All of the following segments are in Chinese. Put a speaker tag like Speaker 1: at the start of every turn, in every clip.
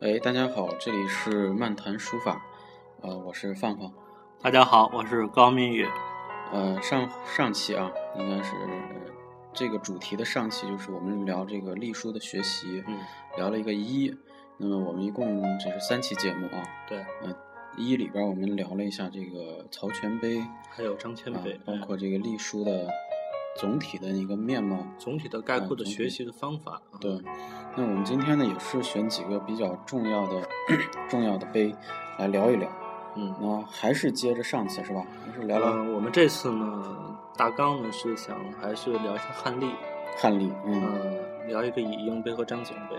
Speaker 1: 哎大家好，这里是漫谈书法，呃，我是放放，
Speaker 2: 大家好，我是高明宇。
Speaker 1: 呃，上上期啊，应该是、呃这个主题的上期，就是我们聊这个隶书的学习，
Speaker 2: 嗯，
Speaker 1: 聊了一个一，那么我们一共这是三期节目啊，
Speaker 2: 对，
Speaker 1: 一里边我们聊了一下这个曹全碑
Speaker 2: 还有张千
Speaker 1: 啊
Speaker 2: 北，，
Speaker 1: 包
Speaker 2: 嗯
Speaker 1: 括这个隶书的总体的一个面貌，
Speaker 2: 总体的概括
Speaker 1: 总
Speaker 2: 的
Speaker 1: 体
Speaker 2: 学习的方法。啊
Speaker 1: 对，那我们今天呢也是选几个比较重要的 重要的碑来聊一聊。
Speaker 2: 嗯，
Speaker 1: 那还是接着上次是吧？还是聊
Speaker 2: 然后
Speaker 1: 聊
Speaker 2: 我们这次呢，大纲呢是想还是聊一下汉隶，
Speaker 1: 汉隶，嗯，
Speaker 2: 嗯，聊一个乙应碑和张景碑。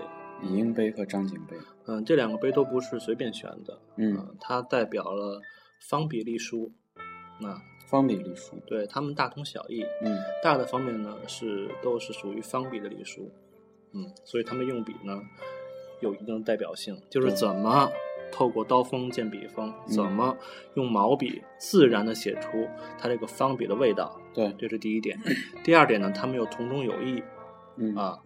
Speaker 1: 乙应碑和张景碑，
Speaker 2: 嗯，这两个碑都不是随便选的，
Speaker 1: 嗯，
Speaker 2: 嗯，它代表了方比隶书。那
Speaker 1: 方笔隶书，
Speaker 2: 对它们大同小异，
Speaker 1: 嗯
Speaker 2: 大的方面呢是都是属于方笔的隶书，嗯，所以他们用笔呢有一定的代表性，就是
Speaker 1: 对
Speaker 2: 怎么透过刀锋见笔锋，
Speaker 1: 嗯
Speaker 2: 怎么用毛笔自然的写出它这个方笔的味道，
Speaker 1: 对，
Speaker 2: 这是第一点。第二点呢，他们又同中有异
Speaker 1: 嗯
Speaker 2: 啊，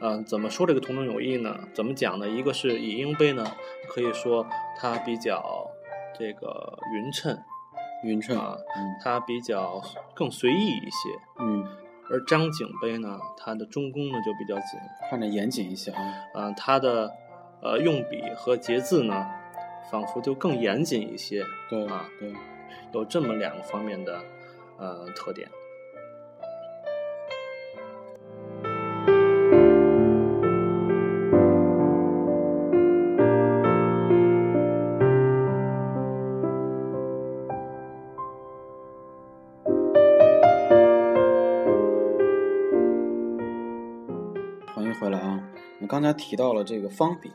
Speaker 2: 嗯、怎么说这个同中有异呢？怎么讲呢？一个是以英碑呢，可以说它比较这个匀称，
Speaker 1: 匀称，
Speaker 2: 啊它比较更随意一些，
Speaker 1: 嗯嗯，
Speaker 2: 而张景碑呢，它的中宫呢就比较紧，
Speaker 1: 看着严谨一些啊，
Speaker 2: 啊、它的呃用笔和结字呢，仿佛就更严谨一些，
Speaker 1: 对
Speaker 2: 啊
Speaker 1: 对，
Speaker 2: 有这么两个方面的呃特点。
Speaker 1: 欢迎回来啊！你刚才提到了这个方笔，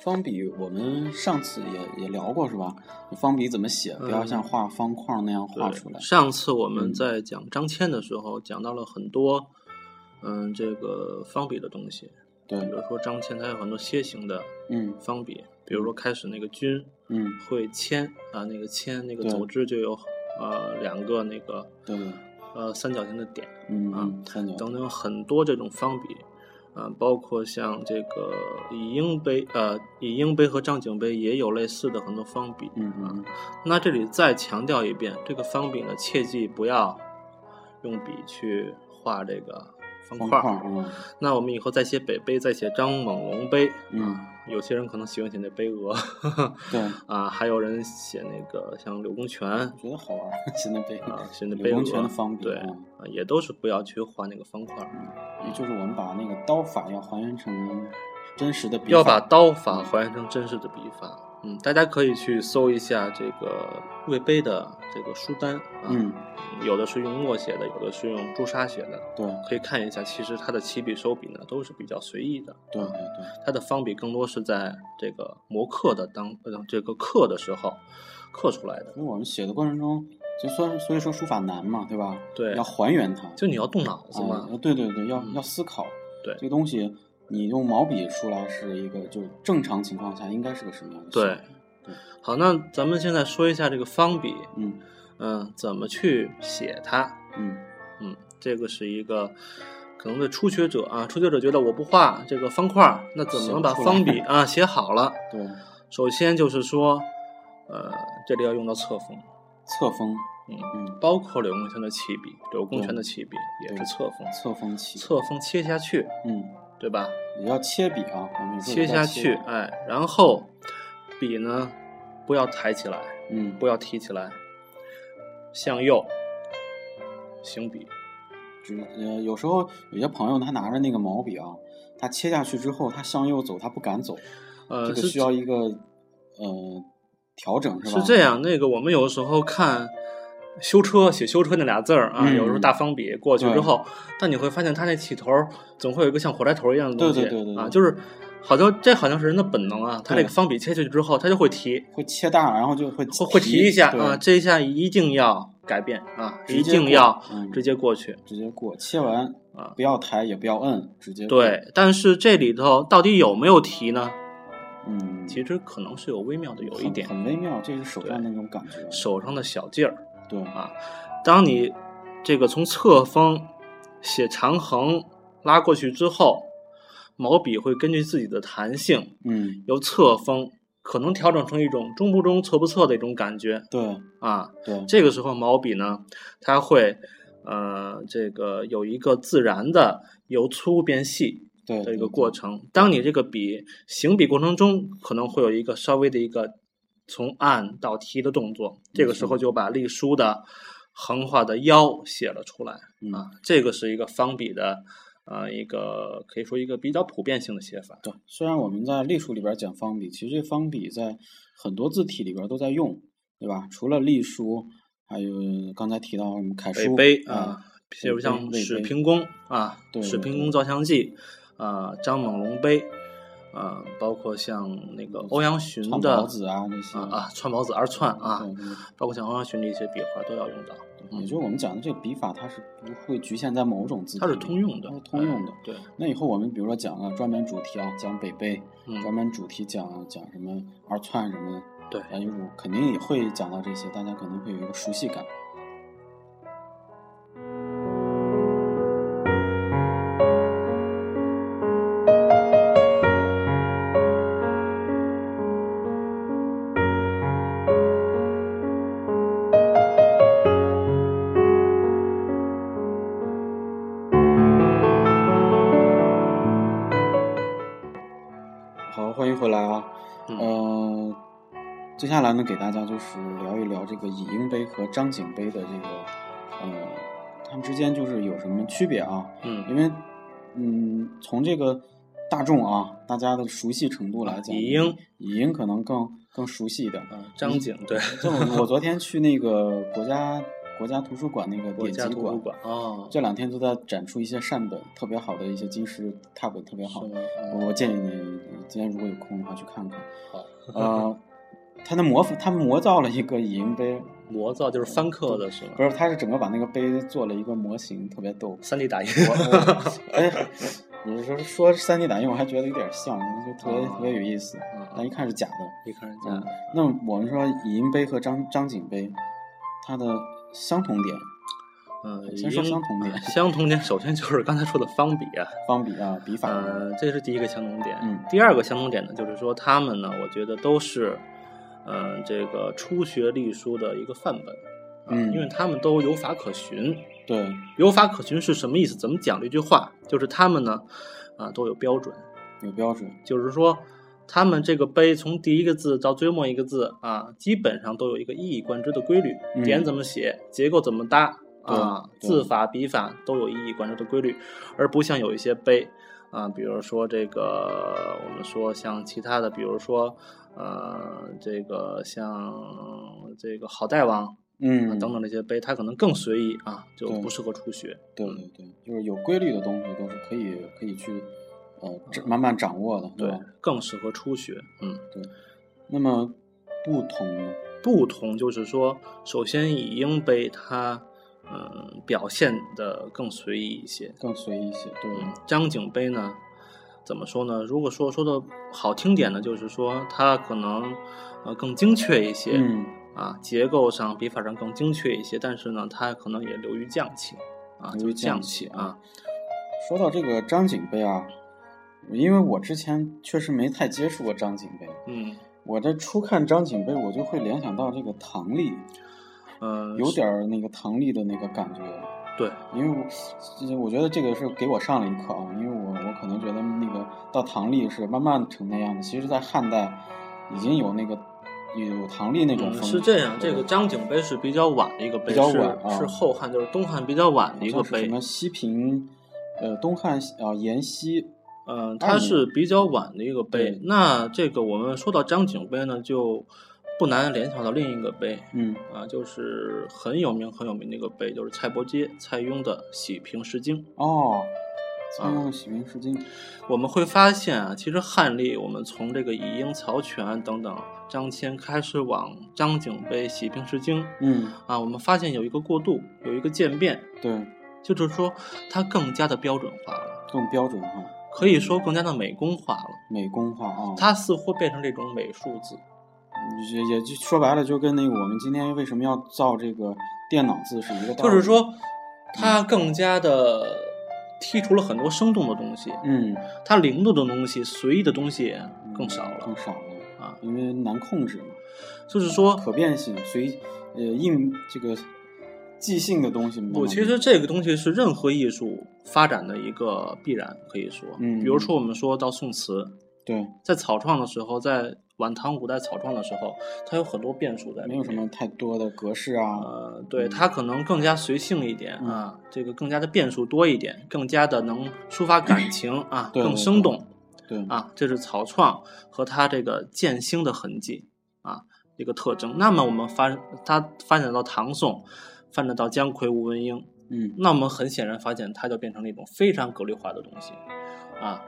Speaker 1: 方笔我们上次也也聊过是吧？方笔怎么写？不要
Speaker 2: 嗯
Speaker 1: 像画方框那样画出来
Speaker 2: 对，上次我
Speaker 1: 嗯
Speaker 2: 们在讲张骞的时候，讲到了很多嗯这个方笔的东西，比
Speaker 1: 对，
Speaker 2: 如说张骞他有很多楔形的
Speaker 1: 嗯
Speaker 2: 方笔，比如说开始那个军
Speaker 1: 嗯，
Speaker 2: 会牵啊、那个牵那个
Speaker 1: 对
Speaker 2: 走之就有呃两个那个
Speaker 1: 对，
Speaker 2: 呃三角形的点。
Speaker 1: 嗯
Speaker 2: 啊
Speaker 1: 嗯，三角
Speaker 2: 等等很多这种方笔，嗯、包括像这个以英碑，呃，以英碑和张景碑也有类似的很多方笔。
Speaker 1: 嗯嗯
Speaker 2: 那这里再强调一遍，这个方笔呢，切记不要用笔去画这个方
Speaker 1: 方
Speaker 2: 块儿。
Speaker 1: 块儿啊，
Speaker 2: 那我们以后再写北碑，再写张猛龙碑，
Speaker 1: 嗯
Speaker 2: 啊，有些人可能喜欢写那碑额，哈哈，
Speaker 1: 对，
Speaker 2: 啊，还有人写那个像柳公权啊
Speaker 1: 我，觉得好玩儿， 现在被
Speaker 2: 写那碑
Speaker 1: 柳
Speaker 2: 额，
Speaker 1: 公权的方笔，
Speaker 2: 对，
Speaker 1: 嗯
Speaker 2: 啊也都是不要去画那个方块儿。
Speaker 1: 也就是我们把那个刀法要还原成真实的笔
Speaker 2: 要把
Speaker 1: 法
Speaker 2: 刀法还原成真实的笔法。嗯，大家可以去搜一下这个魏碑的这个书单啊，
Speaker 1: 嗯，
Speaker 2: 有的是用墨写的，有的是用朱砂写的，
Speaker 1: 对
Speaker 2: 可以看一下。其实它的起笔、收笔呢都是比较随意的，
Speaker 1: 对
Speaker 2: 啊
Speaker 1: 对对，
Speaker 2: 它的方笔更多是在这个磨刻的当呃这个刻的时候刻出来的。
Speaker 1: 因为我们写的过程中，就算所以说书法难嘛，对吧？
Speaker 2: 对
Speaker 1: 要，还原它，
Speaker 2: 就你要动脑子嘛
Speaker 1: 啊，。对对对，要
Speaker 2: 嗯
Speaker 1: 要思考，
Speaker 2: 对
Speaker 1: 这个东西，你用毛笔出来是一个，就是正常情况下应该是个什么样的？
Speaker 2: 对，
Speaker 1: 对
Speaker 2: 好，那咱们现在说一下这个方笔，
Speaker 1: 嗯
Speaker 2: 嗯，怎么去写它？
Speaker 1: 嗯
Speaker 2: 嗯，这个是一个可能对初学者啊，初学者觉得我不画这个方块儿，那怎么能把
Speaker 1: 写不出来
Speaker 2: 方笔啊写好了？
Speaker 1: 对，
Speaker 2: 首先就是说，呃，这里要用到侧锋，
Speaker 1: 侧锋，
Speaker 2: 嗯，
Speaker 1: 嗯，
Speaker 2: 包括柳公权的起笔，柳公权的起笔也
Speaker 1: 对
Speaker 2: 是侧锋，
Speaker 1: 侧锋起，
Speaker 2: 侧锋切下去，
Speaker 1: 嗯，
Speaker 2: 对吧？
Speaker 1: 也要切笔啊，我们
Speaker 2: 切下去，
Speaker 1: 啊，
Speaker 2: 哎，然后笔呢不要抬起来，
Speaker 1: 嗯，
Speaker 2: 不要提起来，向右行笔，
Speaker 1: 就是呃，有时候有些朋友他拿着那个毛笔啊，他切下去之后，他向右走，他不敢走，
Speaker 2: 呃，
Speaker 1: 这个
Speaker 2: 是
Speaker 1: 需要一个呃调整是吧？
Speaker 2: 是这样，那个我们有时候看修车写修车那俩字儿啊，
Speaker 1: 嗯
Speaker 2: 有时候大方笔过去之后，但你会发现它那起头儿总会有一个像火柴头一样的东西
Speaker 1: 对对对对对
Speaker 2: 啊，就是好像这好像是人的本能啊，它
Speaker 1: 对
Speaker 2: 这个方笔切下去之后，它就会提，
Speaker 1: 会切大，然后就会
Speaker 2: 会会提一下
Speaker 1: 对
Speaker 2: 啊，这一下一定要改变啊，
Speaker 1: 直
Speaker 2: 一
Speaker 1: 接过
Speaker 2: 定要
Speaker 1: 嗯
Speaker 2: 直接过去。
Speaker 1: 直接过，切完
Speaker 2: 啊
Speaker 1: 不要抬也不要摁，直接过，
Speaker 2: 对，但是这里头到底有没有提呢？
Speaker 1: 嗯，
Speaker 2: 其实可能是有微妙的，有一
Speaker 1: 很
Speaker 2: 点
Speaker 1: 很微妙，这是手上
Speaker 2: 对
Speaker 1: 那种感觉，
Speaker 2: 手啊上的小劲儿，
Speaker 1: 对，
Speaker 2: 当你这个从侧锋写长横拉过去之后，毛笔会根据自己的弹性，
Speaker 1: 嗯，
Speaker 2: 由侧锋可能调整成一种中不中、侧不侧的一种感觉
Speaker 1: 对
Speaker 2: 啊。
Speaker 1: 对，
Speaker 2: 这个时候毛笔呢，它会呃这个有一个自然的由粗变细
Speaker 1: 对
Speaker 2: 的一
Speaker 1: 对
Speaker 2: 个过程。当你这个笔行笔过程中，可能会有一个稍微的一个从按到提的动作，这个时候就把隶书的横画的腰写了出来
Speaker 1: 嗯
Speaker 2: 啊。这个是一个方笔的。呃，一个可以说一个比较普遍性的写法，
Speaker 1: 对，虽然我们在隶书里边讲方笔，其实这方笔在很多字体里边都在用，对吧？除了隶书，还有刚才提到什么楷
Speaker 2: 北
Speaker 1: 书
Speaker 2: 碑
Speaker 1: 啊，
Speaker 2: 啊，比如像
Speaker 1: 北碑
Speaker 2: 史平公啊，
Speaker 1: 对
Speaker 2: 史
Speaker 1: 对
Speaker 2: 平
Speaker 1: 对
Speaker 2: 公照相记啊，张猛龙碑啊，包括像那个欧阳询
Speaker 1: 长
Speaker 2: 的
Speaker 1: 嗯毛子啊那些
Speaker 2: 啊啊，串宝子二串啊，
Speaker 1: 对对
Speaker 2: 包括像欧阳询的一些笔画都要用到，
Speaker 1: 也就是我们讲的这个笔法，它是不会局限在某种字体，
Speaker 2: 它是通。用的
Speaker 1: 它是，哦通用的
Speaker 2: 哎对，
Speaker 1: 那以后我们比如说讲了专门主题啊，讲北碑，专
Speaker 2: 嗯，
Speaker 1: 门主题讲讲什么二窜什么，
Speaker 2: 对
Speaker 1: 哎呦，肯定也会讲到这些，大家肯定会有一个熟悉感。好，欢迎回来啊。
Speaker 2: 嗯
Speaker 1: 呃，接下来呢，给大家就是聊一聊这个以英杯和张景杯的这个，呃，它们之间就是有什么区别啊？因
Speaker 2: 嗯，
Speaker 1: 为，嗯，从这个大众啊，大家的熟悉程度来讲，
Speaker 2: 以英
Speaker 1: 以英可能更更熟悉一点。
Speaker 2: 啊，张景对，
Speaker 1: 这我我昨天去那个国家国家图书馆那个
Speaker 2: 国
Speaker 1: 典
Speaker 2: 家
Speaker 1: 籍
Speaker 2: 图书
Speaker 1: 嗯馆，
Speaker 2: 馆哦，
Speaker 1: 这两天都在展出一些善本，特别好的一些金石拓本，特别好
Speaker 2: 是。吗嗯
Speaker 1: 我我建议你今天如果有空的话去看看。
Speaker 2: 好，
Speaker 1: 呃，他的模仿，他魔造了一个以英杯，
Speaker 2: 魔造就是翻刻的是吗。
Speaker 1: 嗯不？是，他是整个把那个杯做了一个模型，特别逗
Speaker 2: 三 D 打印，
Speaker 1: 我我哎，你说说三 D 打印，我还觉得有点像，就特别、
Speaker 2: 啊
Speaker 1: 特别有意思，
Speaker 2: 嗯
Speaker 1: 但一
Speaker 2: 嗯
Speaker 1: 看是假的。
Speaker 2: 一看人
Speaker 1: 嗯
Speaker 2: 家，
Speaker 1: 那我们说以英杯和张张景杯，它的相同点，
Speaker 2: 嗯，
Speaker 1: 先说
Speaker 2: 英
Speaker 1: 相同点
Speaker 2: 啊 相同点首先就是刚才说的方笔啊，
Speaker 1: 方笔啊，笔法，
Speaker 2: 呃，这是第一个相同点。
Speaker 1: 嗯
Speaker 2: 第二个相同点呢，就是说他们呢，我觉得都是，嗯、这个初学隶书的一个范本，啊
Speaker 1: 嗯
Speaker 2: 因为他们都有法可循。
Speaker 1: 对，
Speaker 2: 有法可循是什么意思？怎么讲这句话？就是他们呢，啊、都有标准，
Speaker 1: 有标准，
Speaker 2: 就是说。他们这个碑从第一个字到最末一个字啊，基本上都有一个一以贯之的规律，
Speaker 1: 嗯
Speaker 2: 点怎么写，结构怎么搭啊，
Speaker 1: 对
Speaker 2: 字法笔法都有一以贯之的规律，而不像有一些碑啊，比如说这个我们说像其他的，比如说呃这个像这个好大王啊
Speaker 1: 嗯，
Speaker 2: 等等这些碑，它可能更随意啊，就
Speaker 1: 对
Speaker 2: 不适合初学。
Speaker 1: 对对对，就是有规律的东西都是可以可以去呃这慢慢掌握的，
Speaker 2: 对
Speaker 1: 吧？，
Speaker 2: 更适合初学。嗯，
Speaker 1: 那么不同呢？
Speaker 2: 不同就是说，首先以英杯它嗯表现的更随意一些。
Speaker 1: 更随意一些，对，
Speaker 2: 嗯，张景杯呢，怎么说呢？如果说说的好听点呢，就是说它可能呃更精确一些、
Speaker 1: 嗯，
Speaker 2: 啊，结构上、笔法上更精确一些，但是呢，它可能也流于匠气啊，
Speaker 1: 流于
Speaker 2: 就是
Speaker 1: 匠
Speaker 2: 匠
Speaker 1: 气
Speaker 2: 气
Speaker 1: 啊
Speaker 2: 啊。
Speaker 1: 说到这个张景杯啊，因为我之前确实没太接触过张景杯，
Speaker 2: 嗯
Speaker 1: 我这初看张景杯，我就会联想到这个唐丽，
Speaker 2: 嗯，
Speaker 1: 有点儿那个唐丽的那个感觉，
Speaker 2: 对，
Speaker 1: 因为我我觉得这个是给我上了一课啊，因为我我可能觉得那个到唐丽是慢慢成那样的，其实，在汉代已经有那个有唐丽那种风
Speaker 2: 嗯，
Speaker 1: 格，
Speaker 2: 是这样。这个张景杯是比较晚的一个
Speaker 1: 比
Speaker 2: 杯，
Speaker 1: 较
Speaker 2: 是
Speaker 1: 晚啊
Speaker 2: 是后汉，就是东汉比较晚的一
Speaker 1: 好
Speaker 2: 个
Speaker 1: 像是什
Speaker 2: 杯。
Speaker 1: 么西平，呃，东汉啊、延西，
Speaker 2: 嗯，
Speaker 1: 二
Speaker 2: 它
Speaker 1: 零
Speaker 2: 是比较晚的一个
Speaker 1: 对
Speaker 2: 杯。那这个我们说到张景杯呢，就不难联想到另一个杯
Speaker 1: 嗯，
Speaker 2: 啊，就是很有名很有名的一个杯，就是蔡伯喈、蔡邕的《洗平石经》。
Speaker 1: 哦，三
Speaker 2: 啊
Speaker 1: 用洗云诗经，
Speaker 2: 我们会发现啊，其实汉隶我们从这个以英、曹全等等张骞开始往张景杯、洗平石经
Speaker 1: 嗯，
Speaker 2: 啊，我们发现有一个过渡，有一个渐变，
Speaker 1: 对，
Speaker 2: 就是说它更加的标准化了，
Speaker 1: 更标准化、
Speaker 2: 可以说更加的美工化了，
Speaker 1: 美工化啊，
Speaker 2: 它似乎变成这种美术字。
Speaker 1: 也也就说白了，就跟那个我们今天为什么要造这个电脑字是一个道理，
Speaker 2: 就是，说，它更加的剔除了很多生动的东西，
Speaker 1: 嗯，
Speaker 2: 它灵动的东西、随意的东西更少了
Speaker 1: 更。少了
Speaker 2: 啊，
Speaker 1: 因为难控制嘛，
Speaker 2: 就是说，
Speaker 1: 可变性随呃应这个即兴的东西嘛。
Speaker 2: 我其实这个东西是任何艺术发展的一个必然，可以说，
Speaker 1: 嗯
Speaker 2: 比如说我们说到宋词，
Speaker 1: 对
Speaker 2: 在草创的时候，在晚唐古代草创的时候，它有很多变数在里
Speaker 1: 没
Speaker 2: 面，
Speaker 1: 有什么太多的格式啊，
Speaker 2: 呃，对，它可能更加随性一点、
Speaker 1: 嗯
Speaker 2: 啊，这个更加的变数多一点，更加的能抒发感情啊，
Speaker 1: 对
Speaker 2: 更生动
Speaker 1: 对，
Speaker 2: 啊，这是草创和它这个建兴的痕迹啊，一个特征。那么我们发它发展到唐宋，发展到姜夔、吴文英，
Speaker 1: 嗯
Speaker 2: 那我们很显然发现它就变成了一种非常格律化的东西啊，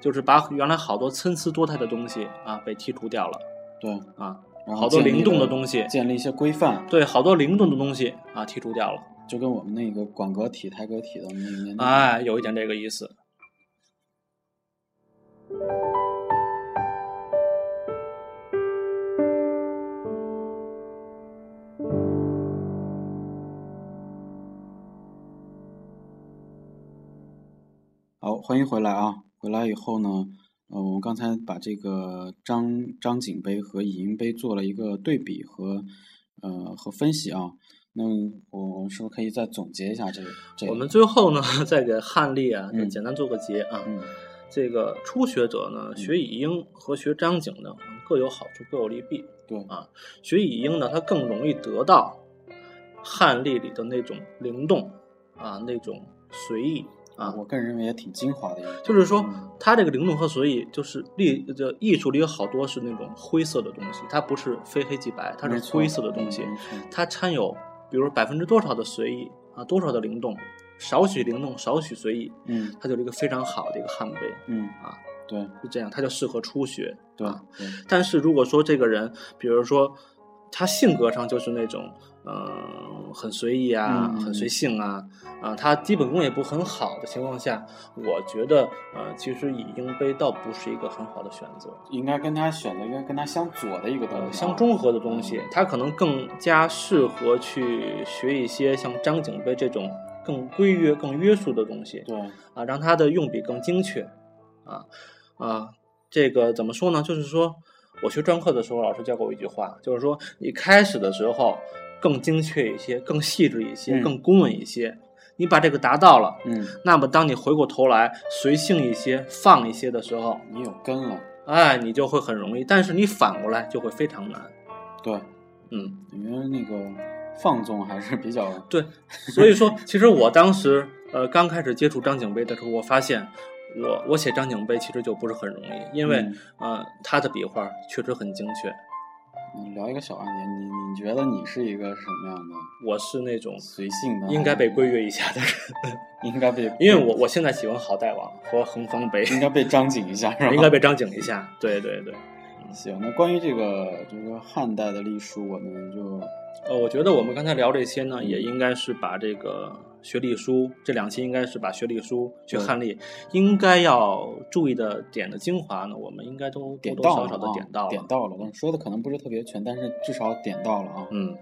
Speaker 2: 就是把原来好多参差多态的东西啊被剔除掉了
Speaker 1: 对，
Speaker 2: 啊，
Speaker 1: 然后
Speaker 2: 好多
Speaker 1: 建立
Speaker 2: 灵动的
Speaker 1: 了
Speaker 2: 东西，
Speaker 1: 建立一些规范，
Speaker 2: 对，好多灵动的东西啊剔除掉了。
Speaker 1: 就跟我们那个管格体、台格体的那个年代，
Speaker 2: 哎，有一点这个意思。
Speaker 1: 好，欢迎回来啊！回来以后呢，呃，我们刚才把这个张张景杯和乙瑛杯做了一个对比和呃和分析啊。那么我们是不是可以再总结一下这个？这个、
Speaker 2: 我们最后呢， 再给汉例啊，
Speaker 1: 嗯
Speaker 2: 再简单做个结啊。
Speaker 1: 嗯
Speaker 2: 这个初学者呢，学乙英和学张景呢，各有好处，各有利弊。
Speaker 1: 对
Speaker 2: 啊，学乙英呢，它更容易得到汉例里的那种灵动啊，那种随意啊。
Speaker 1: 我个人认为也挺精华的一个，
Speaker 2: 就是说
Speaker 1: 嗯，
Speaker 2: 它这个灵动和随意，就是艺这艺术里有好多是那种灰色的东西，它不是非黑即白，它是
Speaker 1: 没错
Speaker 2: 灰色的东西。
Speaker 1: 嗯没错
Speaker 2: 它掺有，比如百分之多少的随意啊，多少的灵动，少许灵动，少许随意，
Speaker 1: 嗯
Speaker 2: 它就是一个非常好的一个汉碑，
Speaker 1: 嗯
Speaker 2: 啊，
Speaker 1: 对
Speaker 2: 就这样，它就适合初学。
Speaker 1: 对
Speaker 2: 啊
Speaker 1: 对，
Speaker 2: 但是如果说这个人，比如说他性格上就是那种，呃，很随意啊，
Speaker 1: 嗯嗯
Speaker 2: 很随性啊，啊、他基本功也不很好的情况下，我觉得，呃，其实以英杯倒不是一个很好的选择。
Speaker 1: 应该跟他选择一个跟他相左的一个东西啊，
Speaker 2: 呃，相中和的东
Speaker 1: 哦
Speaker 2: 西，它可能更加适合去学一些像张景杯这种更规约、更约束的东西
Speaker 1: 对
Speaker 2: 啊，让它的用笔更精确啊啊，这个怎么说呢？就是说我学专课的时候，老师教过我一句话，就是说你开始的时候更精确一些，更细致一些，
Speaker 1: 嗯
Speaker 2: 更工稳一些。你把这个达到了，
Speaker 1: 嗯，
Speaker 2: 那么当你回过头来随性一些、放一些的时候，
Speaker 1: 你有根了，
Speaker 2: 哎，你就会很容易，但是你反过来就会非常难。
Speaker 1: 对，
Speaker 2: 嗯，
Speaker 1: 因为那个放纵还是比较
Speaker 2: 对，所以说，其实我当时呃刚开始接触张景碑的时候，我发现我我写张景碑其实就不是很容易，因为、
Speaker 1: 嗯
Speaker 2: 呃他的笔画确实很精确，
Speaker 1: 你聊一个小案件，你你觉得你是一个什么样的
Speaker 2: 我是那种
Speaker 1: 随性的？
Speaker 2: 应该被规约一下的人，
Speaker 1: 应该被，
Speaker 2: 因为我我现在喜欢好大王和横方碑，
Speaker 1: 应该被张景一下，是吧？
Speaker 2: 应该被张景一下，对对对，
Speaker 1: 行。那关于这个这个汉代的隶书，我们就
Speaker 2: 呃，我觉得我们刚才聊这些呢，
Speaker 1: 嗯
Speaker 2: 也应该是把这个。学历书这两期应该是把学历书、学
Speaker 1: 对
Speaker 2: 汉历应该要注意的点的精华呢，我们应该都多
Speaker 1: 点
Speaker 2: 多
Speaker 1: 到
Speaker 2: 少
Speaker 1: 了
Speaker 2: 少
Speaker 1: 啊
Speaker 2: 的，点到了。
Speaker 1: 点到了。但说的可能不是特别全，但是至少点到了啊。
Speaker 2: 嗯，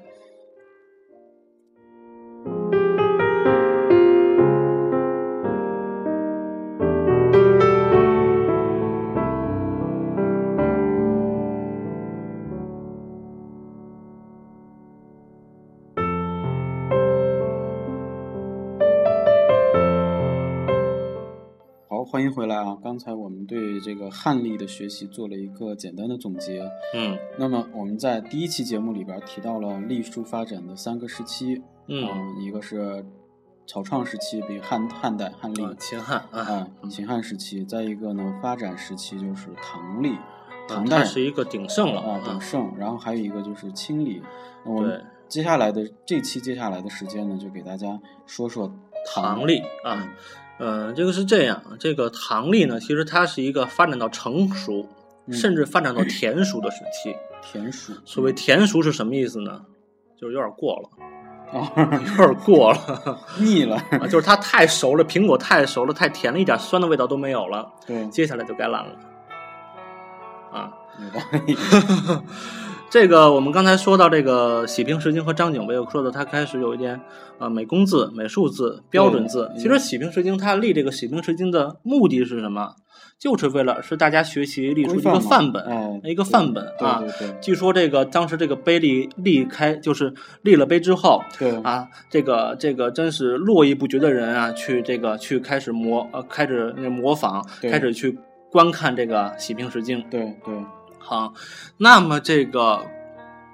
Speaker 1: 好，欢迎回来啊！刚才我们对这个汉历的学习做了一个简单的总结。
Speaker 2: 嗯
Speaker 1: 那么我们在第一期节目里边提到了隶书发展的三个时期，
Speaker 2: 嗯，
Speaker 1: 嗯，一个是草创时期，比如汉汉代汉历
Speaker 2: 啊，秦汉啊，
Speaker 1: 啊，秦汉时期，再一个呢，发展时期就是唐历，唐
Speaker 2: 嗯它
Speaker 1: 代
Speaker 2: 是一个鼎盛了
Speaker 1: 啊鼎
Speaker 2: 啊，
Speaker 1: 盛，然后还有一个就是清历。那我
Speaker 2: 对
Speaker 1: 们，接下来的这期接下来的时间呢，就给大家说说
Speaker 2: 唐
Speaker 1: 历。
Speaker 2: 历啊，呃，这个是这样，这个唐历呢，其实它是一个发展到成熟，
Speaker 1: 嗯
Speaker 2: 甚至发展到田熟的时期。
Speaker 1: 田鼠，
Speaker 2: 所谓田熟是什么意思呢？就是有点过了，
Speaker 1: 啊
Speaker 2: 有点过了，
Speaker 1: 腻了，
Speaker 2: 啊，就是它太熟了，苹果太熟了，太甜了，一点酸的味道都没有了，
Speaker 1: 对，
Speaker 2: 接下来就该烂了，啊。
Speaker 1: 有道理。
Speaker 2: 这个我们刚才说到这个喜平石经和张景碑，我说的它开始有一点啊美工字、美术字、标准字。
Speaker 1: 嗯
Speaker 2: 其实喜平石经它立这个喜平石经的目的是什么？就是为了是大家学习立出一个
Speaker 1: 规范
Speaker 2: 范
Speaker 1: 嘛
Speaker 2: 本，
Speaker 1: 哎
Speaker 2: 一个范本啊。
Speaker 1: 对对
Speaker 2: 据说这个当时这个碑立立开，就是立了碑之后，
Speaker 1: 对对
Speaker 2: 啊，这个这个真是络绎不绝的人啊，去这个去开始模呃，开始那模仿，
Speaker 1: 对
Speaker 2: 开始去观看这个《喜平石经》。
Speaker 1: 对对，
Speaker 2: 好，那么这个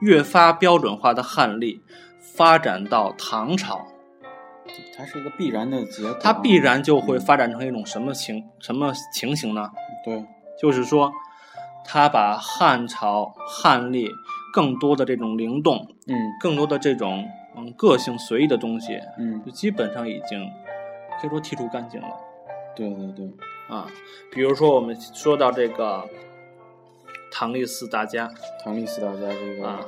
Speaker 2: 越发标准化的汉隶发展到唐朝，
Speaker 1: 它是一个必然的结果啊。
Speaker 2: 它必然就会发展成一种什么情什么情形呢？
Speaker 1: 对
Speaker 2: 就是说，它把汉朝汉隶更多的这种灵动，
Speaker 1: 嗯
Speaker 2: 更多的这种嗯个性随意的东西，
Speaker 1: 嗯
Speaker 2: 就基本上已经可以说剔除干净了
Speaker 1: 对对对
Speaker 2: 啊。比如说我们说到这个唐立四大家
Speaker 1: 唐立四大家这个，
Speaker 2: 啊，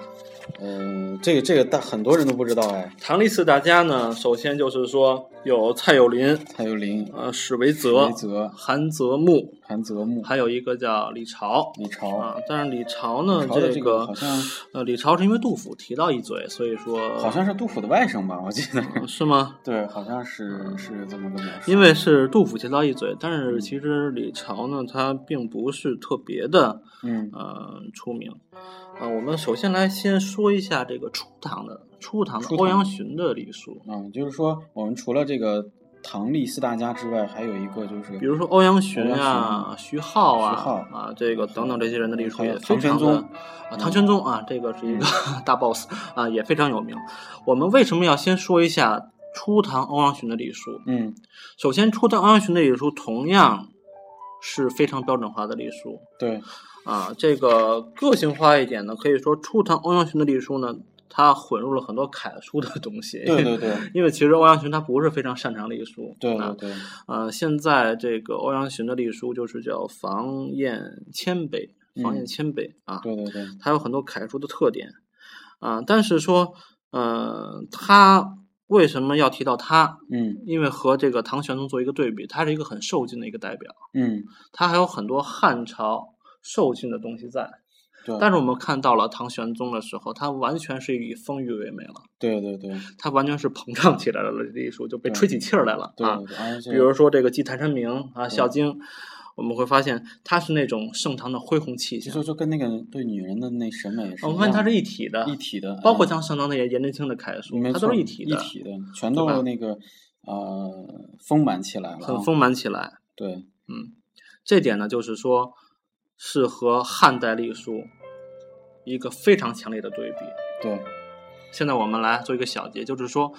Speaker 1: 呃，这个这个大很多人都不知道哎，
Speaker 2: 唐立四大家呢，首先就是说有蔡有林、
Speaker 1: 蔡有林、
Speaker 2: 呃史维
Speaker 1: 韦
Speaker 2: 泽、
Speaker 1: 泽、
Speaker 2: 韩泽木，
Speaker 1: 韩泽木、
Speaker 2: 还有一个叫李朝。
Speaker 1: 李朝。
Speaker 2: 啊，但是李朝呢
Speaker 1: 李，朝的这个
Speaker 2: 个
Speaker 1: 好像
Speaker 2: 呃，李朝是因为杜甫提到一嘴，所以说呃
Speaker 1: 好像是杜甫的外甥吧，我记得。
Speaker 2: 是吗？
Speaker 1: 对，好像是是这么个描述。
Speaker 2: 嗯因为是杜甫提到一嘴，但是其实李朝呢，他并不是特别的，
Speaker 1: 嗯
Speaker 2: 呃出名。啊、我们首先来先说一下这个初唐的初唐的
Speaker 1: 初
Speaker 2: 欧
Speaker 1: 唐
Speaker 2: 阳询的礼数，
Speaker 1: 嗯，就是说我们除了这个唐立四大家之外，还有一个就是，
Speaker 2: 比如说欧阳询
Speaker 1: 欧
Speaker 2: 啊
Speaker 1: 阳、
Speaker 2: 徐浩啊、
Speaker 1: 徐浩
Speaker 2: 啊这个等等这些人的历史
Speaker 1: 还有
Speaker 2: 也非
Speaker 1: 唐
Speaker 2: 常
Speaker 1: 玄
Speaker 2: 的
Speaker 1: 宗嗯
Speaker 2: 啊，唐玄宗啊，这个是一个 大 boss 啊，也非常有名。我们为什么要先说一下初唐欧阳询的礼数？
Speaker 1: 嗯
Speaker 2: 首先，初唐欧阳询的礼数同样是非常标准化的礼数，
Speaker 1: 对
Speaker 2: 啊，这个个性化一点呢，可以说初唐欧阳询的隶书呢，它混入了很多楷书的东西。
Speaker 1: 对对对
Speaker 2: 因为其实欧阳询他不是非常擅长隶书。
Speaker 1: 对对
Speaker 2: 啊
Speaker 1: 对，
Speaker 2: 呃，现在这个欧阳询的隶书就是叫房彦谦卑，房彦
Speaker 1: 嗯
Speaker 2: 谦卑、啊，
Speaker 1: 对对对，
Speaker 2: 它有很多楷书的特点啊，但是说，呃，他为什么要提到他？
Speaker 1: 嗯
Speaker 2: 因为和这个唐玄宗做一个对比，他是一个很受尽的一个代表，
Speaker 1: 嗯，
Speaker 2: 他还有很多汉朝受尽的东西在。
Speaker 1: 对，
Speaker 2: 但是我们看到了唐玄宗的时候，他完全是以丰腴为美了，
Speaker 1: 对对对
Speaker 2: 他完全是膨胀起来了，这艺术就被吹起气儿来了
Speaker 1: 对嗯
Speaker 2: 啊。，
Speaker 1: 而且
Speaker 2: 比如说这个祭坛山明啊，《孝经》，我们会发现它是那种盛唐的恢宏气
Speaker 1: 其
Speaker 2: 象
Speaker 1: 实，就跟那个对女人的那审美是
Speaker 2: 哦我
Speaker 1: 一
Speaker 2: 们发现它
Speaker 1: 样
Speaker 2: 是一体的，
Speaker 1: 一体的，
Speaker 2: 包括
Speaker 1: 嗯
Speaker 2: 像盛唐的颜颜真卿的楷书，
Speaker 1: 没
Speaker 2: 它都
Speaker 1: 错
Speaker 2: 是一体
Speaker 1: 一
Speaker 2: 的，
Speaker 1: 体的，全
Speaker 2: 对吧
Speaker 1: 都那个呃丰满起来了啊，
Speaker 2: 很丰满起来。
Speaker 1: 对
Speaker 2: 嗯，这点呢，就是说是和汉代隶书一个非常强烈的对比。
Speaker 1: 对
Speaker 2: 现在我们来做一个小结，就是说，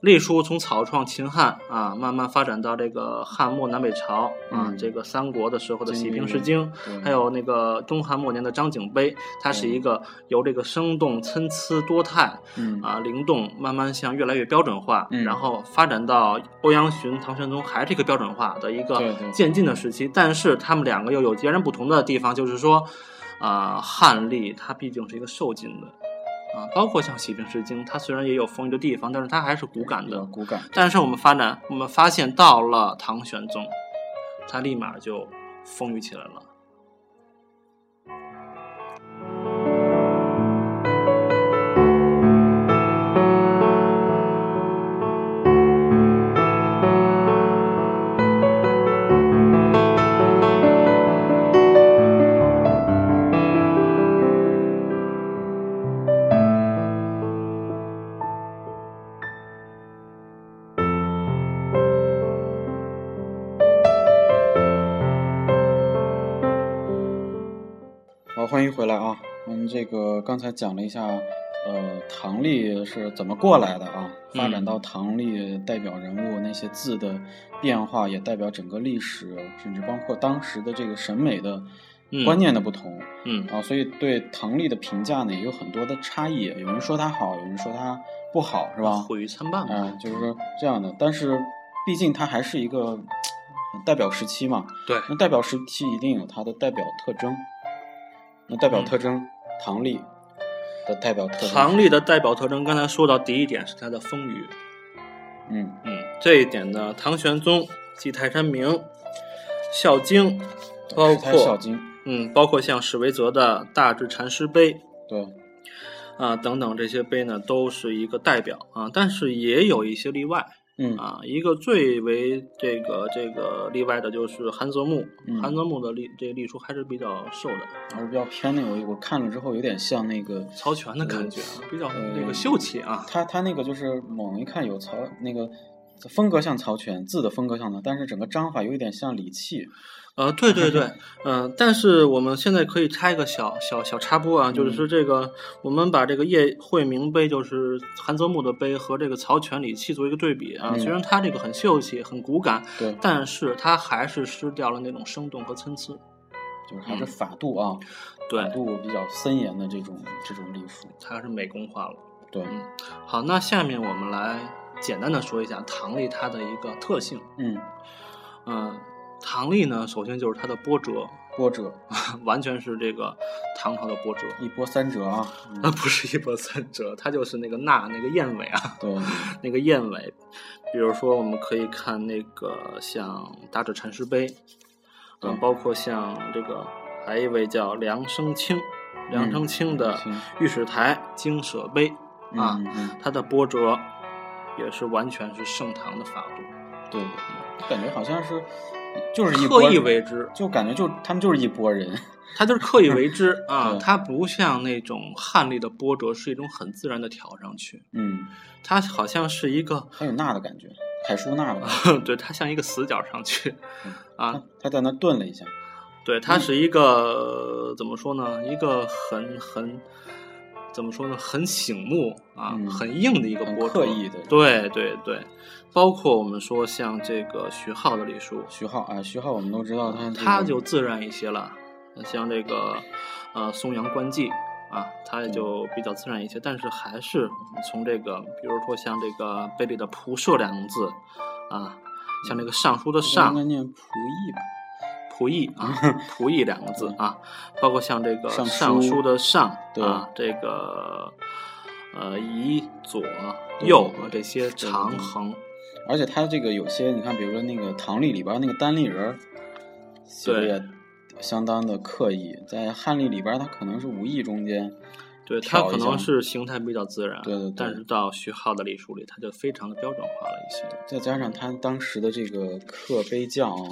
Speaker 2: 隶书从草创、秦汉啊，慢慢发展到这个汉末南北朝啊，
Speaker 1: 嗯
Speaker 2: 这个三国的时候的《
Speaker 1: 经
Speaker 2: 喜
Speaker 1: 历
Speaker 2: 平
Speaker 1: 了
Speaker 2: 石经》，
Speaker 1: 对，
Speaker 2: 还有那个东汉末年的张景碑，它是一个由这个生动、参差多态
Speaker 1: 嗯
Speaker 2: 啊、灵动，慢慢向越来越标准化，
Speaker 1: 嗯
Speaker 2: 然后发展到欧阳询、唐玄宗还是一个标准化的一
Speaker 1: 对
Speaker 2: 个
Speaker 1: 对
Speaker 2: 渐进的时期。但是他们两个又有截然不同的地方，就是说，啊、汉隶它毕竟是一个受尽的。啊，包括像《喜平石经》，它虽然也有丰腴的地方，但是它还是骨感
Speaker 1: 比
Speaker 2: 的
Speaker 1: 较。骨感，
Speaker 2: 但是我们发展，我们发现到了唐玄宗，他立马就丰腴起来了。
Speaker 1: 好，欢迎回来啊！嗯，这个刚才讲了一下，呃，唐历是怎么过来的啊？发展
Speaker 2: 嗯
Speaker 1: 到唐历代表人物那些字的变化，也代表整个历史，甚至包括当时的这个审美的
Speaker 2: 嗯
Speaker 1: 观念的不同、
Speaker 2: 嗯
Speaker 1: 啊，所以对唐历的评价呢也有很多的差异，有人说它好，有人说它不好，是吧？
Speaker 2: 毁誉参半嘛。
Speaker 1: 嗯、就是说这样的，但是毕竟它还是一个代表时期嘛，
Speaker 2: 对，
Speaker 1: 那代表时期一定有它的代表特征。那代表特征，唐历的代表特征。
Speaker 2: 嗯唐，历的代表特征，刚才说到第一点是它的丰腴，
Speaker 1: 嗯，
Speaker 2: 嗯，这一点呢，唐玄宗、祭泰山明、《孝经》，包
Speaker 1: 石台孝
Speaker 2: 括
Speaker 1: 经，
Speaker 2: 嗯，包括像史维泽的《大智禅师碑》，
Speaker 1: 对，
Speaker 2: 啊、等等这些杯呢都是一个代表啊，但是也有一些例外
Speaker 1: 嗯
Speaker 2: 啊。一个最为这个这个例外的就是韩泽木，
Speaker 1: 嗯
Speaker 2: 韩泽木的立这个立出还是比较瘦的，
Speaker 1: 还是比较偏那个，我我看了之后有点像那个
Speaker 2: 曹全的感觉，啊，比较
Speaker 1: 嗯
Speaker 2: 那个秀气啊。
Speaker 1: 他他那个就是猛一看有曹那个风格像曹全，字的风格像他，但是整个章法有一点像李气。
Speaker 2: 呃，对对对，嗯、但是我们现在可以插一个小小小插播啊，就是说这个、我们把这个叶惠明杯，就是韩泽木的杯和这个曹全礼器做一个对比啊，
Speaker 1: 嗯
Speaker 2: 虽然它这个很秀气、很骨感，
Speaker 1: 对，
Speaker 2: 但是它还是失掉了那种生动和参差。
Speaker 1: 就是还是法度啊，法
Speaker 2: 嗯对，
Speaker 1: 度比较森严的这种这种隶书。
Speaker 2: 它是美工化了。
Speaker 1: 对，
Speaker 2: 嗯好，那下面我们来简单的说一下唐丽它的一个特性。
Speaker 1: 嗯，
Speaker 2: 嗯、唐丽呢，首先就是它的波折，
Speaker 1: 波折
Speaker 2: 完全是这个唐朝的波折。
Speaker 1: 一波三折啊。
Speaker 2: 啊，
Speaker 1: 嗯、
Speaker 2: 不是一波三折，它就是那个捺那个燕尾啊，
Speaker 1: 对，
Speaker 2: 那个燕尾。比如说，我们可以看那个像《大智禅师碑》，
Speaker 1: 对
Speaker 2: 嗯，包括像这个还有一位叫梁生清，梁生清的
Speaker 1: 嗯
Speaker 2: 《御史台经舍碑》啊，
Speaker 1: 嗯嗯，
Speaker 2: 它的波折也是完全是盛唐的法度，
Speaker 1: 对，就感觉好像是就是一波
Speaker 2: 刻
Speaker 1: 人
Speaker 2: 意为之，
Speaker 1: 就感觉就他们就是一波人。
Speaker 2: 它就是刻意 为之啊
Speaker 1: 对，
Speaker 2: 它不像那种汉丽的波折是一种很自然的挑上去，
Speaker 1: 嗯，
Speaker 2: 它好像是一个。
Speaker 1: 很有那的感觉，楷书那的感觉。
Speaker 2: 对，它像一个死角上去
Speaker 1: 嗯，
Speaker 2: 啊
Speaker 1: 他，他在那顿了一下。
Speaker 2: 对，它是一个、怎么说呢？一个很很怎么说呢？很醒目啊，
Speaker 1: 嗯
Speaker 2: 很硬的一个
Speaker 1: 很
Speaker 2: 波折，
Speaker 1: 刻意的
Speaker 2: 对对对，包括我们说像这个徐浩的李叔，
Speaker 1: 徐浩啊，徐浩我们都知道他这个，
Speaker 2: 他就自然一些了，像这个呃松阳关记啊，他
Speaker 1: 嗯
Speaker 2: 也就比较自然一些，但是还是从这个，比如说像这个碑里的“仆射”两个字啊，像这个尚书的“
Speaker 1: 上应
Speaker 2: 尚”
Speaker 1: 该念仆役吧？
Speaker 2: 仆役啊，仆役两个字啊，包括像这个
Speaker 1: 尚书
Speaker 2: 尚书的尚
Speaker 1: 对
Speaker 2: 啊，这个呃以左
Speaker 1: 对
Speaker 2: 右
Speaker 1: 对
Speaker 2: 啊这些长横，
Speaker 1: 而且他这个有些，你看，比如说那个唐历里边那个单立人儿，写的
Speaker 2: 对
Speaker 1: 也相当的刻意。在汉历里边，他可能是无意中间，
Speaker 2: 对它
Speaker 1: 挑一
Speaker 2: 可
Speaker 1: 下
Speaker 2: 能是形态比较自然，
Speaker 1: 对对对
Speaker 2: 但是到徐浩的隶书里，它就非常的标准化了一些。
Speaker 1: 再加上他当时的这个刻碑匠啊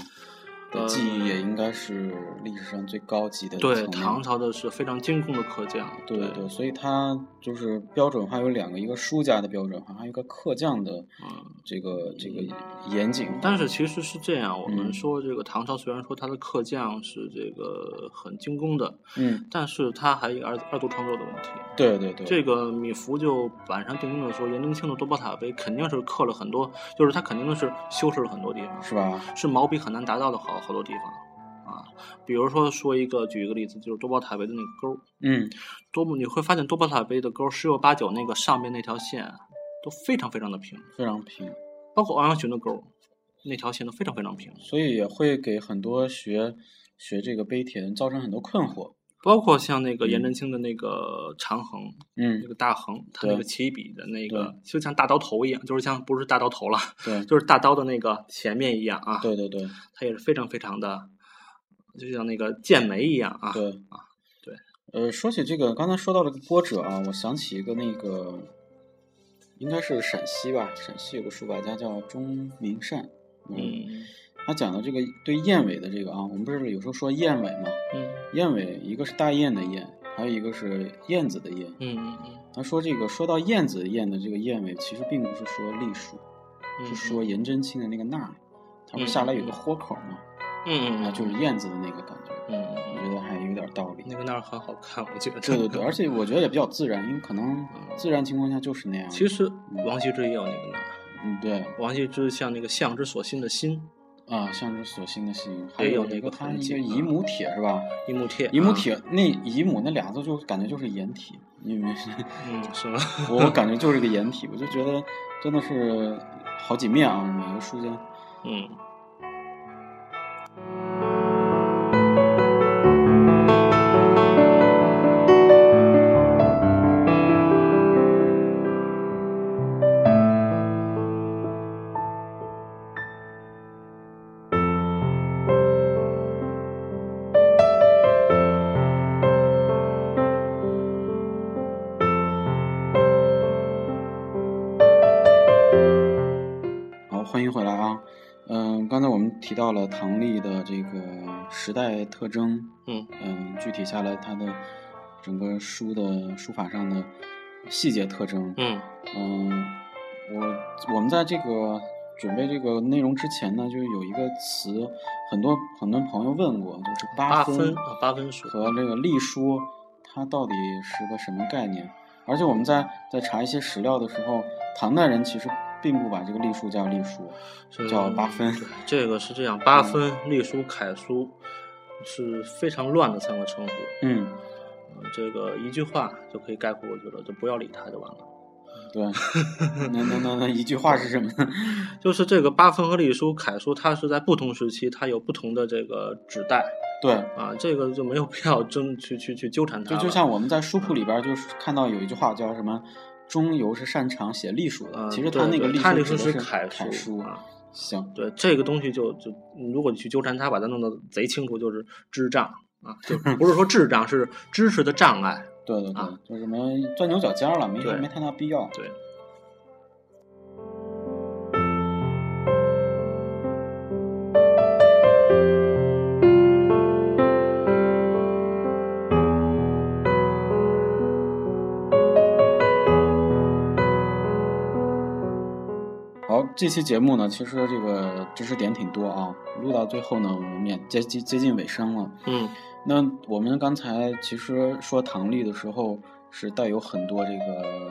Speaker 1: 的技艺，也应该是历史上最高级的
Speaker 2: 呃对
Speaker 1: 层
Speaker 2: 唐
Speaker 1: 面。
Speaker 2: 朝的是非常精工的刻匠，
Speaker 1: 对对对，所以他就是标准化有两个，一个书家的标准化，还有一个刻匠的
Speaker 2: 嗯。
Speaker 1: 这个这个严谨化。
Speaker 2: 但是其实是这样，我们
Speaker 1: 嗯
Speaker 2: 说这个唐朝虽然说它的刻匠是这个很精工的，
Speaker 1: 嗯，
Speaker 2: 但是它还有一个二二度创作的问题。
Speaker 1: 对对对，
Speaker 2: 这个米芾就板上钉钉的说，颜真卿的多宝塔碑肯定是刻了很多，就是他肯定是修饰了很多地方，
Speaker 1: 是吧？
Speaker 2: 是毛笔很难达到的好好多地方啊。比如说说一个，举一个例子，就是多宝塔碑的那个钩儿，
Speaker 1: 嗯，
Speaker 2: 多么你会发现多宝塔碑的钩儿十有八九那个上面那条线啊都非常非常的平，
Speaker 1: 非常平。
Speaker 2: 包括欧阳询的钩儿，那条线都非常非常平，
Speaker 1: 所以也会给很多学学这个碑帖的人造成很多困惑。
Speaker 2: 包括像那个
Speaker 1: 嗯
Speaker 2: 颜真卿的那个长横，那
Speaker 1: 嗯，
Speaker 2: 个大横，他那
Speaker 1: 对
Speaker 2: 个起笔的那个就像大刀头一样，就是像不是大刀头了。
Speaker 1: 对，
Speaker 2: 就是大刀的那个前面一样啊，
Speaker 1: 对对对
Speaker 2: 它也是非常非常的，就像那个剑眉一样啊。
Speaker 1: 对
Speaker 2: 啊对。
Speaker 1: 呃，说起这个，刚才说到了这个波折啊，我想起一个那个，应该是陕西吧，陕西有个书法家叫钟明善，嗯，
Speaker 2: 嗯
Speaker 1: 他讲的这个对燕尾的这个啊，我们不是有时候说燕尾嘛，
Speaker 2: 嗯
Speaker 1: 燕尾一个是大雁的雁，还有一个是燕子的燕。
Speaker 2: 嗯嗯
Speaker 1: 他说这个说到燕子燕的这个燕尾，其实并不是说隶书，
Speaker 2: 嗯，
Speaker 1: 是说颜真卿的那个捺，它不是下来有个豁口吗？啊，
Speaker 2: 嗯嗯
Speaker 1: 就是燕子的那个感觉，
Speaker 2: 嗯
Speaker 1: 我
Speaker 2: 嗯
Speaker 1: 觉得还有点道理。
Speaker 2: 那个那儿很好看，我觉得。
Speaker 1: 对对对，而且我觉得也比较自然，因为可能自然情况下就是那样。
Speaker 2: 其，实王羲之也有那个那儿，
Speaker 1: 嗯，对
Speaker 2: 王羲之像那个象之所欣的欣，
Speaker 1: 啊，象征索性的心，还
Speaker 2: 也有
Speaker 1: 有
Speaker 2: 那
Speaker 1: 一
Speaker 2: 个
Speaker 1: 个它
Speaker 2: 痕
Speaker 1: 一
Speaker 2: 迹
Speaker 1: 个
Speaker 2: 啊
Speaker 1: 姨母帖是吧？
Speaker 2: 一木帖，
Speaker 1: 姨母
Speaker 2: 啊，
Speaker 1: 帖那姨母那俩字就感觉就是颜体，因为
Speaker 2: 嗯，是吗？
Speaker 1: 我感觉就是个颜体，我就觉得真的是好几面啊，每个书间。
Speaker 2: 嗯。
Speaker 1: 嗯，刚才我们提到了唐丽的这个时代特征，
Speaker 2: 嗯
Speaker 1: 嗯，具体下来它的整个书的书法上的细节特征，
Speaker 2: 嗯
Speaker 1: 嗯，我我们在这个准备这个内容之前呢，就有一个词，很多很多朋友问过，就是
Speaker 2: 八
Speaker 1: 分
Speaker 2: 分啊八分书
Speaker 1: 和这个隶书，它到底是个什么概念？而且我们在在查一些史料的时候，唐代人其实并不把这个隶书叫隶书，
Speaker 2: 是
Speaker 1: 叫八分
Speaker 2: 对这个是这样，八分、隶书、楷书是非常乱的三个称呼。
Speaker 1: 嗯，
Speaker 2: 嗯这个一句话就可以概括过去了，就不要理它就完了。
Speaker 1: 嗯对， 那那那那一句话是什么呢？
Speaker 2: 就是这个八分和隶书、楷书，它是在不同时期它有不同的这个指代
Speaker 1: 对，
Speaker 2: 啊，这个就没有必要争去去去纠缠它
Speaker 1: 就
Speaker 2: 了。
Speaker 1: 就像我们在书铺里边儿就是看到有一句话叫什么“中游是擅长写隶书的”，
Speaker 2: 嗯
Speaker 1: 其实
Speaker 2: 对
Speaker 1: 他那个
Speaker 2: 对
Speaker 1: 隶
Speaker 2: 它
Speaker 1: 指
Speaker 2: 书
Speaker 1: 的
Speaker 2: 是
Speaker 1: 是
Speaker 2: 楷
Speaker 1: 楷书。
Speaker 2: 啊。
Speaker 1: 行，
Speaker 2: 对这个东西就就，如果你去纠缠它，把它弄得贼清楚，就是智障啊，就不是说智障，是知识的障碍。
Speaker 1: 对对对，
Speaker 2: 啊
Speaker 1: 就什么钻牛角尖儿了，没
Speaker 2: 对
Speaker 1: 没太大必要。
Speaker 2: 对，
Speaker 1: 好，这期节目呢，其实这个知识点挺多啊，录到最后呢，我们也接近接近尾声了。
Speaker 2: 嗯。
Speaker 1: 那我们刚才其实说唐丽的时候，是带有很多这个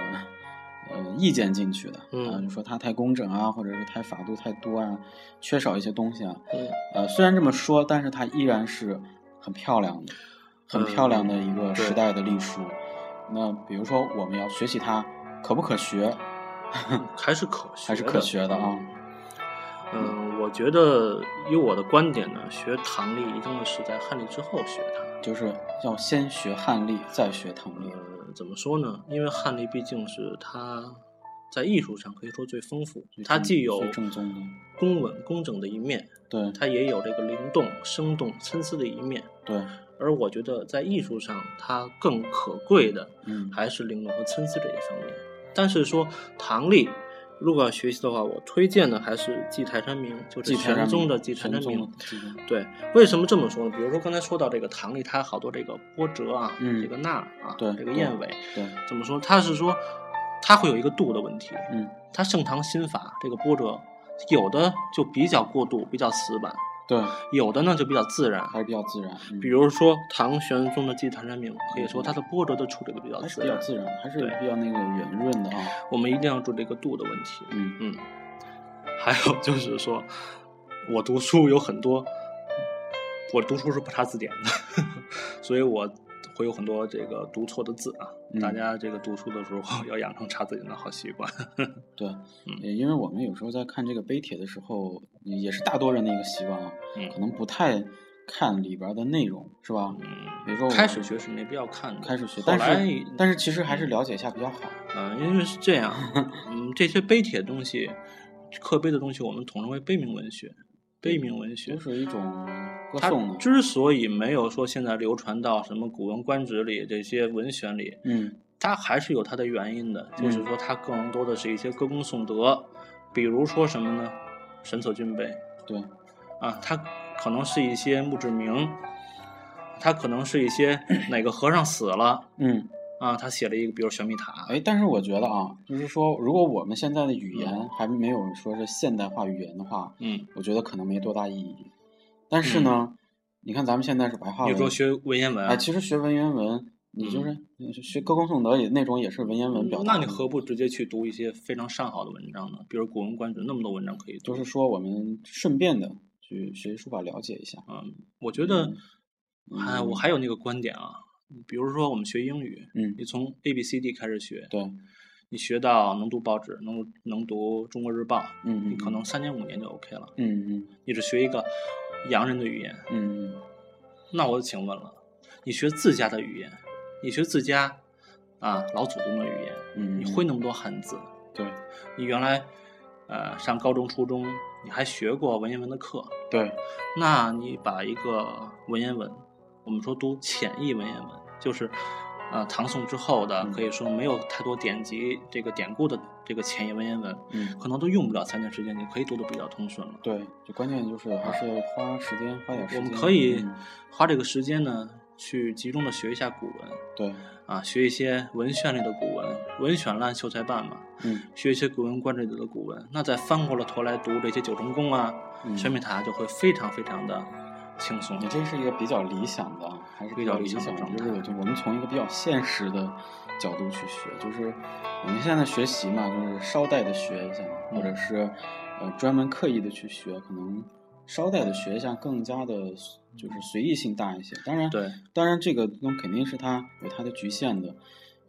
Speaker 1: 呃意见进去的，
Speaker 2: 嗯
Speaker 1: 啊，就说它太工整啊，或者是太法度太多啊，缺少一些东西啊。
Speaker 2: 嗯
Speaker 1: 呃，虽然这么说，但是它依然是很漂亮的，很漂亮的一个
Speaker 2: 嗯对
Speaker 1: 时代的隶书。那比如说，我们要学习它，可不可学，
Speaker 2: 还是可学，
Speaker 1: 还是可学的啊？。
Speaker 2: 嗯，我觉得以我的观点呢，学唐历一定是在汉历之后学它。
Speaker 1: 就是要先学汉隶，再学唐历。
Speaker 2: 呃，怎么说呢？因为汉历毕竟是它在艺术上可以说最丰富，
Speaker 1: 最
Speaker 2: 它
Speaker 1: 正
Speaker 2: 既有
Speaker 1: 最正宗的
Speaker 2: 工稳工整的一面，
Speaker 1: 对
Speaker 2: 它也有这个灵动、生动、参差的一面。
Speaker 1: 对，
Speaker 2: 而我觉得在艺术上，它更可贵的
Speaker 1: 嗯，
Speaker 2: 还是玲珑和参差这一方面。但是说唐丽，如果要学习的话，我推荐的还是祭台山明，就
Speaker 1: 祭
Speaker 2: 是
Speaker 1: 台山
Speaker 2: 玄宗的祭台
Speaker 1: 禅
Speaker 2: 山
Speaker 1: 宗
Speaker 2: 明
Speaker 1: 的。祭坛
Speaker 2: 对，为什么这么说呢？比如说刚才说到这个唐丽，它好多这个波折啊，
Speaker 1: 嗯
Speaker 2: 这个捺啊，
Speaker 1: 对嗯
Speaker 2: 这个燕尾，
Speaker 1: 对，
Speaker 2: 怎么说？它是说它会有一个度的问题。
Speaker 1: 嗯，
Speaker 2: 它盛唐新法这个波折，有的就比较过度，比较死板；
Speaker 1: 对，
Speaker 2: 有的呢就比较自然。
Speaker 1: 还是比较自然，嗯
Speaker 2: 比如说唐玄宗的祭坛山明，可以说它的波折都处理的比较
Speaker 1: 还是
Speaker 2: 自
Speaker 1: 比较
Speaker 2: 然。
Speaker 1: 自然，还是
Speaker 2: 对
Speaker 1: 比较那个圆润的啊，
Speaker 2: 我们一定要注意这个度的问题。
Speaker 1: 嗯，
Speaker 2: 嗯，还有就是说，我读书有很多，我读书是不查字典的， 所以我会有很多这个读错的字啊。
Speaker 1: 嗯
Speaker 2: 大家这个读书的时候要养成查字典的好习惯。
Speaker 1: 对，也因为我们有时候在看这个碑帖的时候，也也是大多人的一个习惯啊，
Speaker 2: 嗯
Speaker 1: 可能不太看里边的内容，是吧？比如说
Speaker 2: 嗯，
Speaker 1: 我
Speaker 2: 开始学是没必要看的，
Speaker 1: 开始学，
Speaker 2: 后
Speaker 1: 但
Speaker 2: 来
Speaker 1: 是但是其实还是了解一下比较好，
Speaker 2: 嗯，因为是这样，嗯，这些碑帖的东西，刻碑的东西，我们统称为碑铭文学。碑铭文学
Speaker 1: 就是一种歌
Speaker 2: 它
Speaker 1: 颂的，
Speaker 2: 之所以没有说现在流传到什么《古文观止》里这些文选里，
Speaker 1: 嗯
Speaker 2: 它还是有它的原因的，
Speaker 1: 嗯
Speaker 2: 就是说它更多的是一些歌功颂德，比如说什么呢？神策军碑
Speaker 1: 对，
Speaker 2: 啊，它可能是一些墓志铭，它可能是 一些哪个和尚死了
Speaker 1: 嗯。
Speaker 2: 啊，他写了一个，比如玄秘塔，
Speaker 1: 哎，但是我觉得啊，就是说，如果我们现在的语言还没有说是现代化语言的话，
Speaker 2: 嗯，
Speaker 1: 我觉得可能没多大意义。但是呢，你看咱们现在是白话文，
Speaker 2: 比如嗯说学文言文啊
Speaker 1: 哦哎，，其实学文言文，你就是、学歌功颂德也那种也是文言文表达
Speaker 2: 那
Speaker 1: 嘛。
Speaker 2: 你何不直接去读一些非常上好的文章呢？比如《古文观止》那么多文章可以读，
Speaker 1: 就是说我们顺便的去学习书法了解一下。
Speaker 2: 嗯，我觉得
Speaker 1: 嗯，
Speaker 2: 哎，我还有那个观点啊，比如说我们学英语，
Speaker 1: 嗯
Speaker 2: 你从 A B C D 开始学，
Speaker 1: 对，嗯
Speaker 2: 你学到能读报纸，能能读《中国日报》，
Speaker 1: 嗯，
Speaker 2: 你可
Speaker 1: 嗯
Speaker 2: 能三年五年就 OK 了。
Speaker 1: 嗯
Speaker 2: 你只学一个洋人的语言，
Speaker 1: 嗯嗯
Speaker 2: 那我请问了，你学自家的语言，你学自家啊老祖宗的语言，
Speaker 1: 嗯，
Speaker 2: 你会
Speaker 1: 嗯
Speaker 2: 那么多汉字？
Speaker 1: 对
Speaker 2: 你原来呃上高中、初中，你还学过文言文的课，
Speaker 1: 对
Speaker 2: 那你把一个文言文，我们说读浅译文言文，就是啊、呃唐宋之后的，
Speaker 1: 嗯
Speaker 2: 可以说没有太多典籍这个典故的这个前沿文言文，
Speaker 1: 嗯，
Speaker 2: 可能都用不了三年时间，你可以读的比较通顺了。
Speaker 1: 对，就关键就是还是花时间，花点时
Speaker 2: 我
Speaker 1: 间。
Speaker 2: 们可以
Speaker 1: 嗯
Speaker 2: 花这个时间呢，去集中的学一下古文
Speaker 1: 对，
Speaker 2: 啊，学一些文献类的古文，文选烂秀才办嘛，
Speaker 1: 嗯
Speaker 2: 学一些《古文观止》里的古文，那再翻过了头来读这些九重宫啊、
Speaker 1: 嗯，
Speaker 2: 全面塔，就会非常非常的轻松。
Speaker 1: 你这是一个比较理想的，还是
Speaker 2: 啊比较
Speaker 1: 理
Speaker 2: 理想的
Speaker 1: 想的，就
Speaker 2: 状态
Speaker 1: 是我就我们从一个比较现实的角度去学，就是我们现在学习嘛，就是捎带的学一下，
Speaker 2: 嗯
Speaker 1: 或者是呃专门刻意的去学，可能捎带的学一下更加的，就是随意性大一些。当然，
Speaker 2: 对，
Speaker 1: 当然这个东西肯定是它有它的局限的，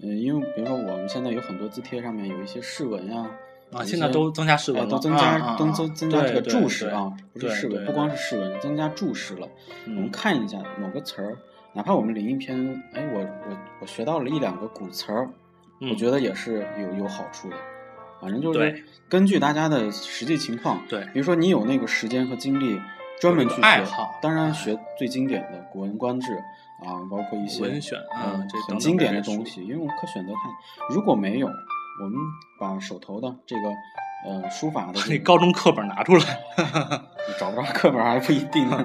Speaker 1: 嗯、因为比如说我们现在有很多字帖上面有一些释文呀、有
Speaker 2: 啊，
Speaker 1: 一
Speaker 2: 现在
Speaker 1: 些
Speaker 2: 都增加释文
Speaker 1: 哎
Speaker 2: 了，
Speaker 1: 都增
Speaker 2: 啊啊
Speaker 1: 加
Speaker 2: 啊
Speaker 1: 增增增加
Speaker 2: 对
Speaker 1: 这个
Speaker 2: 对
Speaker 1: 注释
Speaker 2: 对
Speaker 1: 啊，不是
Speaker 2: 对
Speaker 1: 释文，
Speaker 2: 对
Speaker 1: 不光是
Speaker 2: 对
Speaker 1: 释文，增加注释了。我们
Speaker 2: 嗯，
Speaker 1: 看一下某个词儿，哪怕我们临一篇，哎，我我我学到了一两个古词儿，我
Speaker 2: 嗯
Speaker 1: 觉得也是有有好处的。反正就是
Speaker 2: 对
Speaker 1: 根据大家的实际情况，
Speaker 2: 对
Speaker 1: 比如说你有那个时间和精力专门去
Speaker 2: 有这
Speaker 1: 学，
Speaker 2: 个爱好哎
Speaker 1: 当然学最经典的《古文观止》啊，包括一些
Speaker 2: 文选啊
Speaker 1: 嗯
Speaker 2: 这等
Speaker 1: 很
Speaker 2: 等
Speaker 1: 经典的
Speaker 2: 这些书
Speaker 1: 东西，因为我们可选择看。如果没有，我们把手头的这个呃书法的
Speaker 2: 把
Speaker 1: 这
Speaker 2: 那
Speaker 1: 个
Speaker 2: 高中课本拿出来。
Speaker 1: 找不着课本还不一定呢。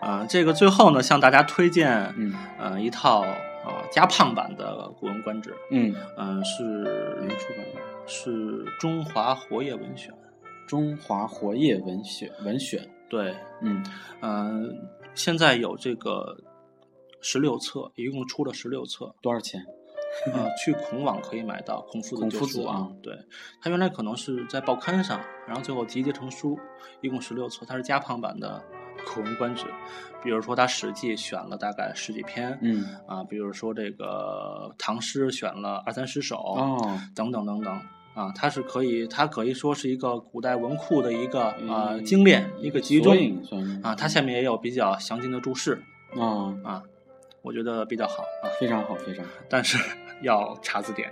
Speaker 2: 啊，这个最后呢，向大家推荐，
Speaker 1: 嗯
Speaker 2: 呃，一套啊加胖版的《古文观止》，
Speaker 1: 嗯，
Speaker 2: 嗯，是
Speaker 1: 没出版。
Speaker 2: 是中华活页文选，
Speaker 1: 中华活页文选文选，
Speaker 2: 对，
Speaker 1: 嗯，
Speaker 2: 嗯，现在有这个十六册，一共出了十六册
Speaker 1: 多少钱？
Speaker 2: 呃，去孔网可以买到《孔夫子
Speaker 1: 孔
Speaker 2: 旧
Speaker 1: 夫
Speaker 2: 书
Speaker 1: 子》
Speaker 2: 啊
Speaker 1: 啊，
Speaker 2: 对，它原来可能是在报刊上，然后最后集结成书，一共十六册，它是加胖版的《孔文观止》，比如说它《史记》选了大概十几篇，
Speaker 1: 嗯
Speaker 2: 啊，比如说这个唐诗选了二三十首，
Speaker 1: 哦，
Speaker 2: 等等等等啊，它是可以，它可以说是一个古代文库的一个啊
Speaker 1: 嗯
Speaker 2: 精炼，一个集
Speaker 1: 索
Speaker 2: 中
Speaker 1: 引算是
Speaker 2: 啊，它下面也有比较详尽的注释
Speaker 1: 啊，
Speaker 2: 啊，我觉得比较好啊，
Speaker 1: 非常好，非常好。
Speaker 2: 但是 要查字典，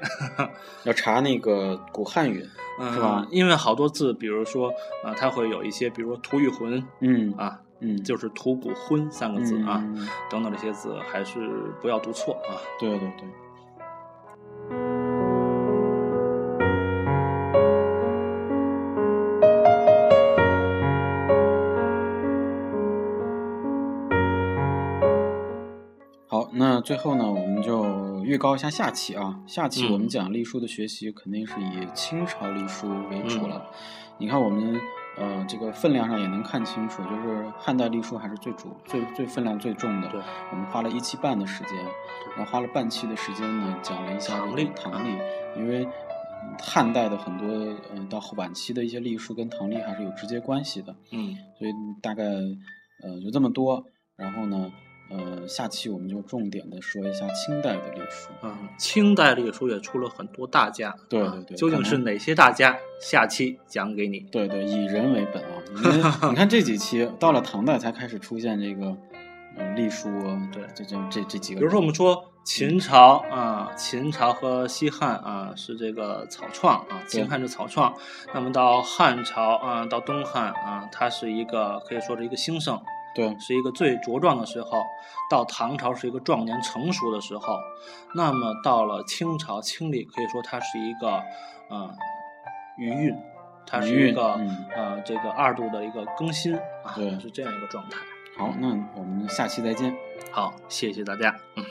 Speaker 1: 要查那个古汉语，
Speaker 2: 嗯
Speaker 1: 是吧
Speaker 2: 因为好多字，比如说啊，它会有一些，比如说“吐与魂”
Speaker 1: 嗯
Speaker 2: 啊，
Speaker 1: 嗯，
Speaker 2: 就是“吐骨昏”三个字啊，
Speaker 1: 嗯
Speaker 2: 等等这些字，还是不要读错啊。
Speaker 1: 对对对。好，那最后呢，我们就预告一下下期啊。下期
Speaker 2: 嗯
Speaker 1: 我们讲隶书的学习，肯定是以清朝隶书为主了。你看我们呃这个分量上也能看清楚，就是汉代隶书还是最主最最分量最重的。
Speaker 2: 对，
Speaker 1: 我们花了一期半的时间，然后花了半期的时间呢，讲了一下
Speaker 2: 唐
Speaker 1: 这个
Speaker 2: 历
Speaker 1: 唐历，因为嗯汉代的很多嗯到后晚期的一些历书跟唐历还是有直接关系的，
Speaker 2: 嗯，
Speaker 1: 所以大概呃就这么多。然后呢，呃，下期我们就重点的说一下清代的历书。
Speaker 2: 嗯，清代历书也出了很多大家，
Speaker 1: 对
Speaker 2: 啊
Speaker 1: 对对
Speaker 2: 究竟
Speaker 1: 可
Speaker 2: 是
Speaker 1: 能
Speaker 2: 哪些大家？下期讲给你。
Speaker 1: 对对，以人为本啊！因 为你看这几期到了唐代才开始出现这个呃隶书啊，
Speaker 2: 对
Speaker 1: 这这这这几个人，
Speaker 2: 比如说，我们说秦朝啊，秦朝和西汉啊是这个草创啊，秦汉是草创。那么到汉朝啊，到东汉啊，它是一个可以说是一个兴盛，
Speaker 1: 对
Speaker 2: 是一个最茁壮的时候。到唐朝是一个壮年成熟的时候。那么到了清朝，清理可以说它是一个呃余韵，它
Speaker 1: 余
Speaker 2: 是
Speaker 1: 韵
Speaker 2: 一个、
Speaker 1: 嗯
Speaker 2: 呃这个二度的一个更新啊
Speaker 1: 对，
Speaker 2: 是这样一个状态。
Speaker 1: 好，那我们下期再见。
Speaker 2: 好，谢谢大家，嗯。